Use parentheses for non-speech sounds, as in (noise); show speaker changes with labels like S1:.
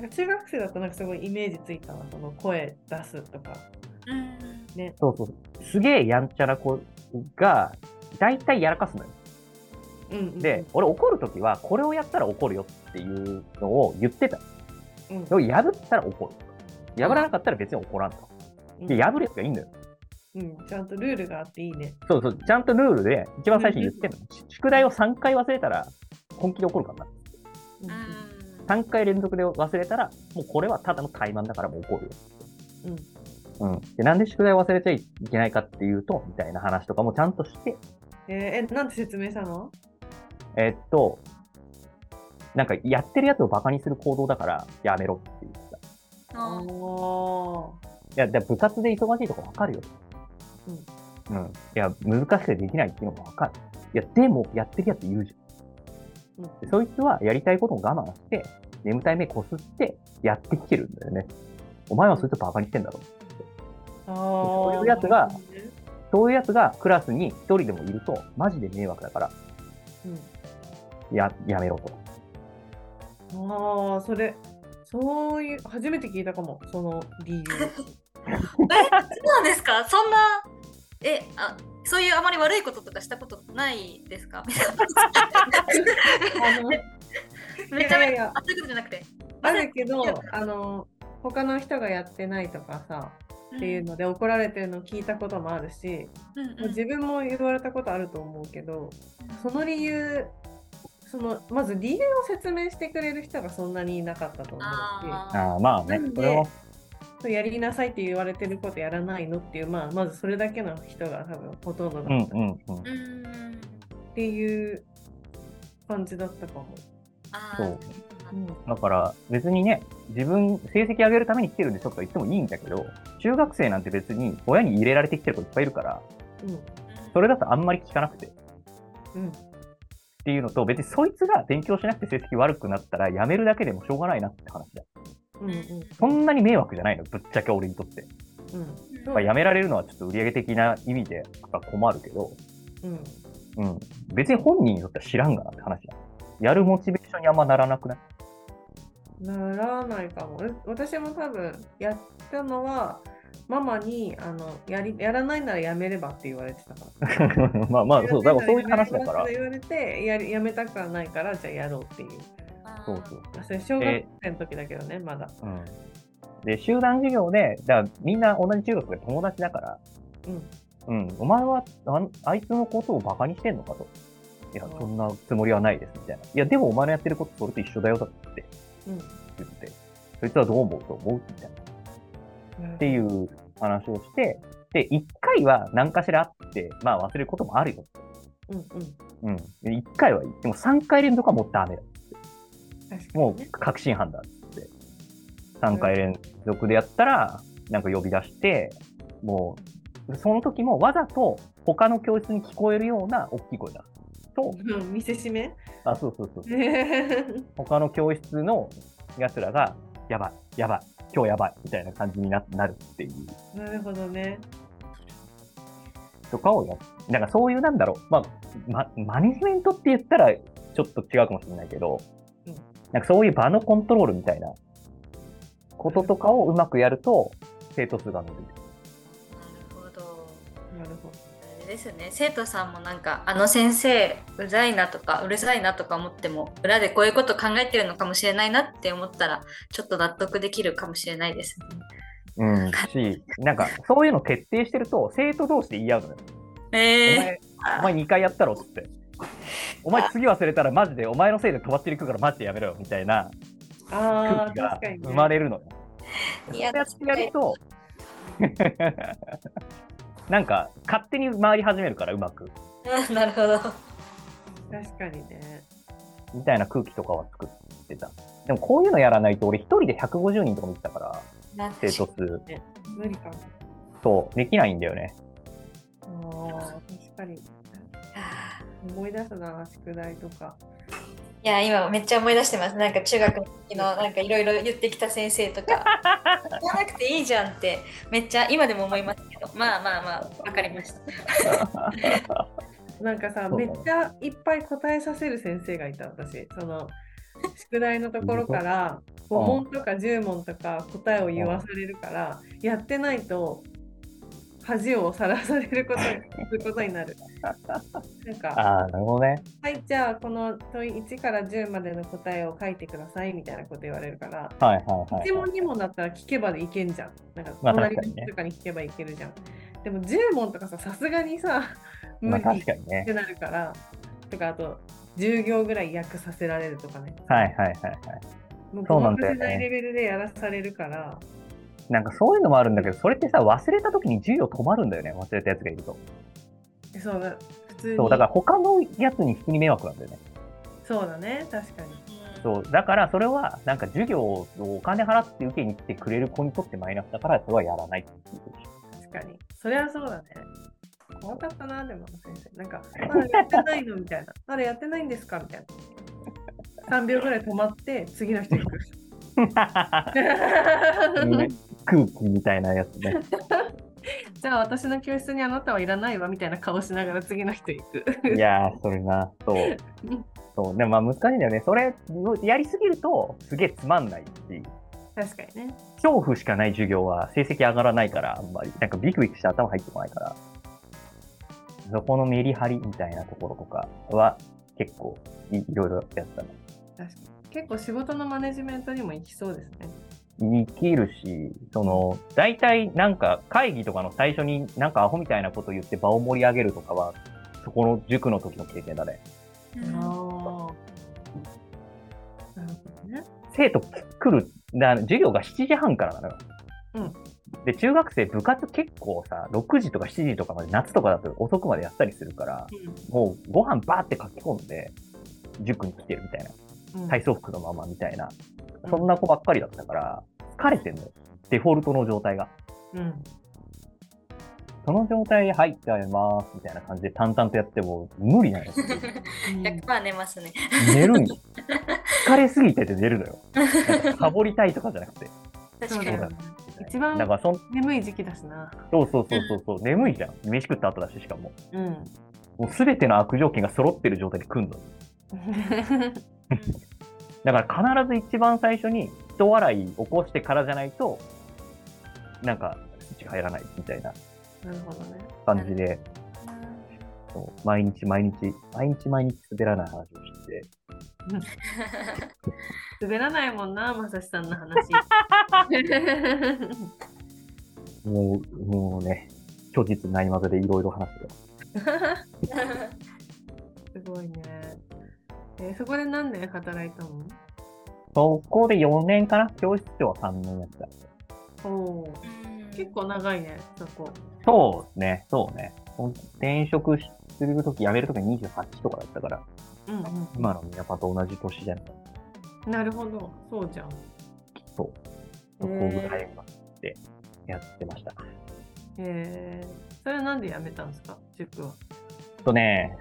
S1: か中学生だとなんかすごいイメージついたなその声出すとか
S2: うん
S1: ね
S3: そうそう。すげえやんちゃな子が、大体やらかすのよ。
S1: うんうんうん
S3: で、俺怒るときは、これをやったら怒るよっていうのを言ってた。
S1: うん
S3: でも破ったら怒る。破らなかったら別に怒らんと。
S1: うん
S3: で、破るやつがいいんだよ。
S1: うん、ちゃんとルールがあっていいね
S3: そうそう、ちゃんとルールで、一番最初に言ってんの。し宿題を3回忘れたら、本気で怒るから
S1: うん
S2: うん
S3: な。3回連続で忘れたら、もうこれはただの怠慢だからもう怒るよ。
S1: うん
S3: うん。で、なんで宿題を忘れちゃいけないかっていうと、みたいな話とかもちゃんとして、
S1: えーえなんて説明したの
S3: えっと、なんかやってるやつをバカにする行動だから、やめろって言ってた。い
S2: あー
S1: お
S3: や、だから部活で忙しいとこわかるよ。うん。いや、難しくてできないっていうのもわかる。いや、でも、やってるやついるじゃん。
S1: うん
S3: でそいつはやりたいことも我慢して、眠たい目こすって、やってきてるんだよね。お前はそいつをバカにしてんだろ。
S1: あ
S3: そう
S1: ー
S3: いうやつがそういうやつがクラスに一人でもいると、マジで迷惑だから、
S1: うん
S3: や、やめろと。
S1: ああ、それ、そういう、初めて聞いたかも、その
S2: (laughs)
S1: 理由。
S2: そうなんですかそんなえあそういうあまり悪いこととかしたことないですか
S1: あの
S2: めちゃ
S1: いや
S2: め
S1: い
S2: ちゃ
S1: や
S2: あそういうことじゃなくて
S1: あるけど、あの、他の人がやってないとかさ、っていうので怒られてるの聞いたこともあるし、
S2: うんうん
S1: もう自分も言われたことあると思うけど、その理由、そのまず理由を説明してくれる人がそんなにいなかったと思う
S2: あー
S3: ああ、まあね
S1: なん、で
S3: それは
S1: し、やりなさいって言われてることやらないのっていう、まあ、まずそれだけの人が多分ほとんどだ
S3: うん
S1: った
S3: う
S1: っ
S3: んうん。
S2: うん
S1: ていう感じだったかも。
S2: あー
S3: そう
S1: うん
S3: だから別にね、自分、成績上げるために来てるんでしょとか言ってもいいんだけど、中学生なんて別に親に入れられてきてる子いっぱいいるから、
S1: うん
S3: それだとあんまり聞かなくてっ
S1: うん
S3: ていうのと、別にそいつが勉強しなくて成績悪くなったらやめるだけでもしょうがないなって話だ。
S1: うんうん
S3: そんなに迷惑じゃないの、ぶっちゃけ俺にとって。
S1: うん
S2: うん
S3: まあ、やめられるのはちょっと売り上げ的な意味でやっぱ困るけど、
S1: うん
S3: うん。別に本人にとっては知らんがなって話だ。やるモチベーションにあんまならなくない (laughs)
S1: ならないかもえ私も多分やったのはママにあのやりやらないならやめればって言われてたから
S3: まあまあ、そう、だからそういう話だか
S1: や。
S3: ら
S1: (laughs) らないならやめればって言われてやりやめたくはないからじゃあやろうっていう
S2: あー
S3: そうそう。
S1: あそれ小学生の時だけどねまだ
S3: うんで、集団授業で、だからみんな同じ中学で友達だから、
S1: うん
S3: うん、お前はあんあいつのことをバカにしてんのかと。いや
S1: う、ん
S3: そんなつもりはないです、みたいな。いや、でもお前のやってることそれと一緒だよ、だって
S1: うん
S3: 言って、そいつはどう思うと思うみたいな。って
S1: う
S3: いう話をして、で、一回は何かしらあって、まあ忘れることもあるよ。
S1: んうん
S3: うん。で一回はいい。でも三回連続はもうダメだ。
S1: 確か
S3: も
S1: に
S3: う
S1: ね
S3: 確信犯だっつって。3回連続でやったら、なんか呼び出して、もう、その時もわざと他の教室に聞こえるような大きい声だ。と、
S1: うん見せしめ (laughs)
S3: あ、そうそうそう。他の教室の奴らが、やばい、やばい、今日やばい、みたいな感じにななるっていう、
S1: なるほどね
S3: とかをやなんかそういうなんだろう、まあ、ま、マネジメントって言ったらちょっと違うかもしれないけど
S1: うん、
S3: なんかそういう場のコントロールみたいなこととかをうまくやると、生徒数が伸びる。
S2: なるほど
S1: なるほど
S2: あれですよね生徒さんもなんかあの先生うざいなとかうるさいなとか思っても裏でこういうこと考えてるのかもしれないなって思ったらちょっと納得できるかもしれないですね。
S3: うん、し、なんか、そういうの決定してると、生徒同士で言い合うのよ。お
S2: え
S3: 前、お前2回やったろっつって。お前次忘れたらマジで、お前のせいで飛ばっていくからマジでやめろよ、みたいな
S1: あ
S3: 空気
S1: ー
S3: が
S1: 確かにね
S3: 生まれるのよ。
S2: ー、い
S3: そ
S2: や
S3: うやってやると、 (laughs) なんか、勝手に回り始めるから、うまく。
S2: (laughs) なるほど。
S1: 確かにね
S3: みたいな空気とかは作ってた。でも、こういうのやらないと、俺一人で150人とか見てたから、
S2: なんて
S3: 生徒数、
S1: 無理かも
S3: そう、できないんだよね。
S1: あー確かに思い出すな宿題とか
S2: いや今めっちゃ思い出してますなんか中学の時のなんかいろいろ言ってきた先生とか言わなくていいじゃんってめっちゃ今でも思いますけどまあまあまあわかりました。
S1: なんかさ、
S3: そう
S1: め
S3: だね
S1: っち
S3: (laughs)
S1: ゃいっぱい答えさせる先生がいた私その宿題のところから5問とか10問とか答えを言わされるから、やってないと恥をさらされることにすることになる。なんか、
S3: (laughs) ああ、なるほどね。
S1: はい、じゃあこの問い1から10までの答えを書いてくださいみたいなこと言われるから、
S3: はいはいはい。
S1: 1問2問だったら聞けばでいけんじゃん。なんか
S3: まあ
S1: 隣の
S3: 確かにね
S1: 人とかに聞けばいけるじゃん。でも10問とかさ、さすがにさ、無
S3: まあ
S1: 理っ
S3: 確かにね
S1: て。なるから、とかあと10行ぐらい訳させられるとかね。
S3: はいはいはいはい。
S1: もう
S3: そ
S1: ご
S3: う
S1: ま
S3: なん
S1: か
S3: だよ
S1: せ
S3: ね
S1: ないレベルでやらされるから、
S3: なんかそういうのもあるんだけど、それってさ、忘れた時に授業止まるんだよね、忘れたやつがいると。
S1: そうだ、普通に。
S3: そう、だから他のやつに引きに迷惑なんだよね。
S1: そうだね、確かに。
S3: そう、だからそれは、なんか授業をお金払って受けに来てくれる子にとってマイナスだから、それはやらないっていうことでしょ
S1: 確かに。そりゃそうだね。怖かったな、でも、先生。なんか、まだやってないのみたいな。 (laughs) まだやってないんですかみたいな。3秒ぐらい止まって、次の人行く。
S3: ね空気みたいなやつね。
S1: (laughs) じゃあ、私の教室にあなたはいらないわ、みたいな顔しながら次の人行く。
S3: いやー、それな、そう
S1: うん。
S3: そう、でもまあ難しいんだよね。それ、やりすぎると、すげえつまんないし、
S1: 確かにね。
S3: 恐怖しかない授業は成績上がらないから、あんまり、なんかビクビクして頭入ってこないから、そこのメリハリみたいなところとかは、結構い、いろいろやったね。
S1: 結構仕事のマネジメントにも行きそうですね。
S3: 生きるし、その、大体なんか会議とかの最初になんかアホみたいなこと言って場を盛り上げるとかは、そこの塾の時の経験だね。
S1: ああ
S2: うん。
S1: なるほどね。
S3: 生徒来る、だ授業が7時半からなのよ。
S1: うん
S3: で、中学生部活結構さ、6時とか7時とかまで、夏とかだと遅くまでやったりするから、もうご飯バーって書き込んで、塾に来てるみたいな。
S1: うんうん
S3: 体操服のままみたいな。
S1: うん
S3: そんな子ばっかりだったから、疲れてんのよ。デフォルトの状態が。
S1: うん
S3: その状態で入ってあります、みたいな感じで淡々とやっても無理なのよ。 (laughs)
S2: 100%寝ますね。
S3: 寝るんよ。疲れすぎてて寝るのよ。なんかサボりたいとかじゃな (laughs) くて。
S2: 確
S1: そ
S2: か
S1: う
S2: に
S1: だ。よ
S3: そ
S1: ね。
S3: う
S1: 一番
S3: だからそん、
S1: 眠い時期だしな。
S3: そうそうそうそうそう、眠いじゃん。飯食った後だし、しかも。
S1: うん。 (laughs)
S3: もう全ての悪条件が揃ってる状態で来るの。だから必ず一番最初に人笑い起こしてからじゃないと、なんか、スイッチが入らないみたいな
S1: なるほどね。
S3: 感じで、そう毎日毎日、毎日毎日滑らない話をして、
S1: 滑らないもんな、まさしさんの
S3: (laughs)
S1: 話。
S3: もう、もうね、虚実ないまぜでいろいろ話してます。
S1: すごいね。えーそこで何年働いたの
S3: そこで4年かな教室長は3年やってた。
S1: おー
S2: 結
S1: 結
S2: 構
S1: 構長いね、そこ。
S3: そうですね、そうね。ほん転職するとき、辞めるとき28とかだったから、
S1: うんうん
S3: 今の皆さんと同じ年じゃない
S1: なるほど、そうじゃん。
S3: そう。そこぐらいまでやってました。
S1: えーそれはなんで辞めたんですか、塾は。
S3: えっとね、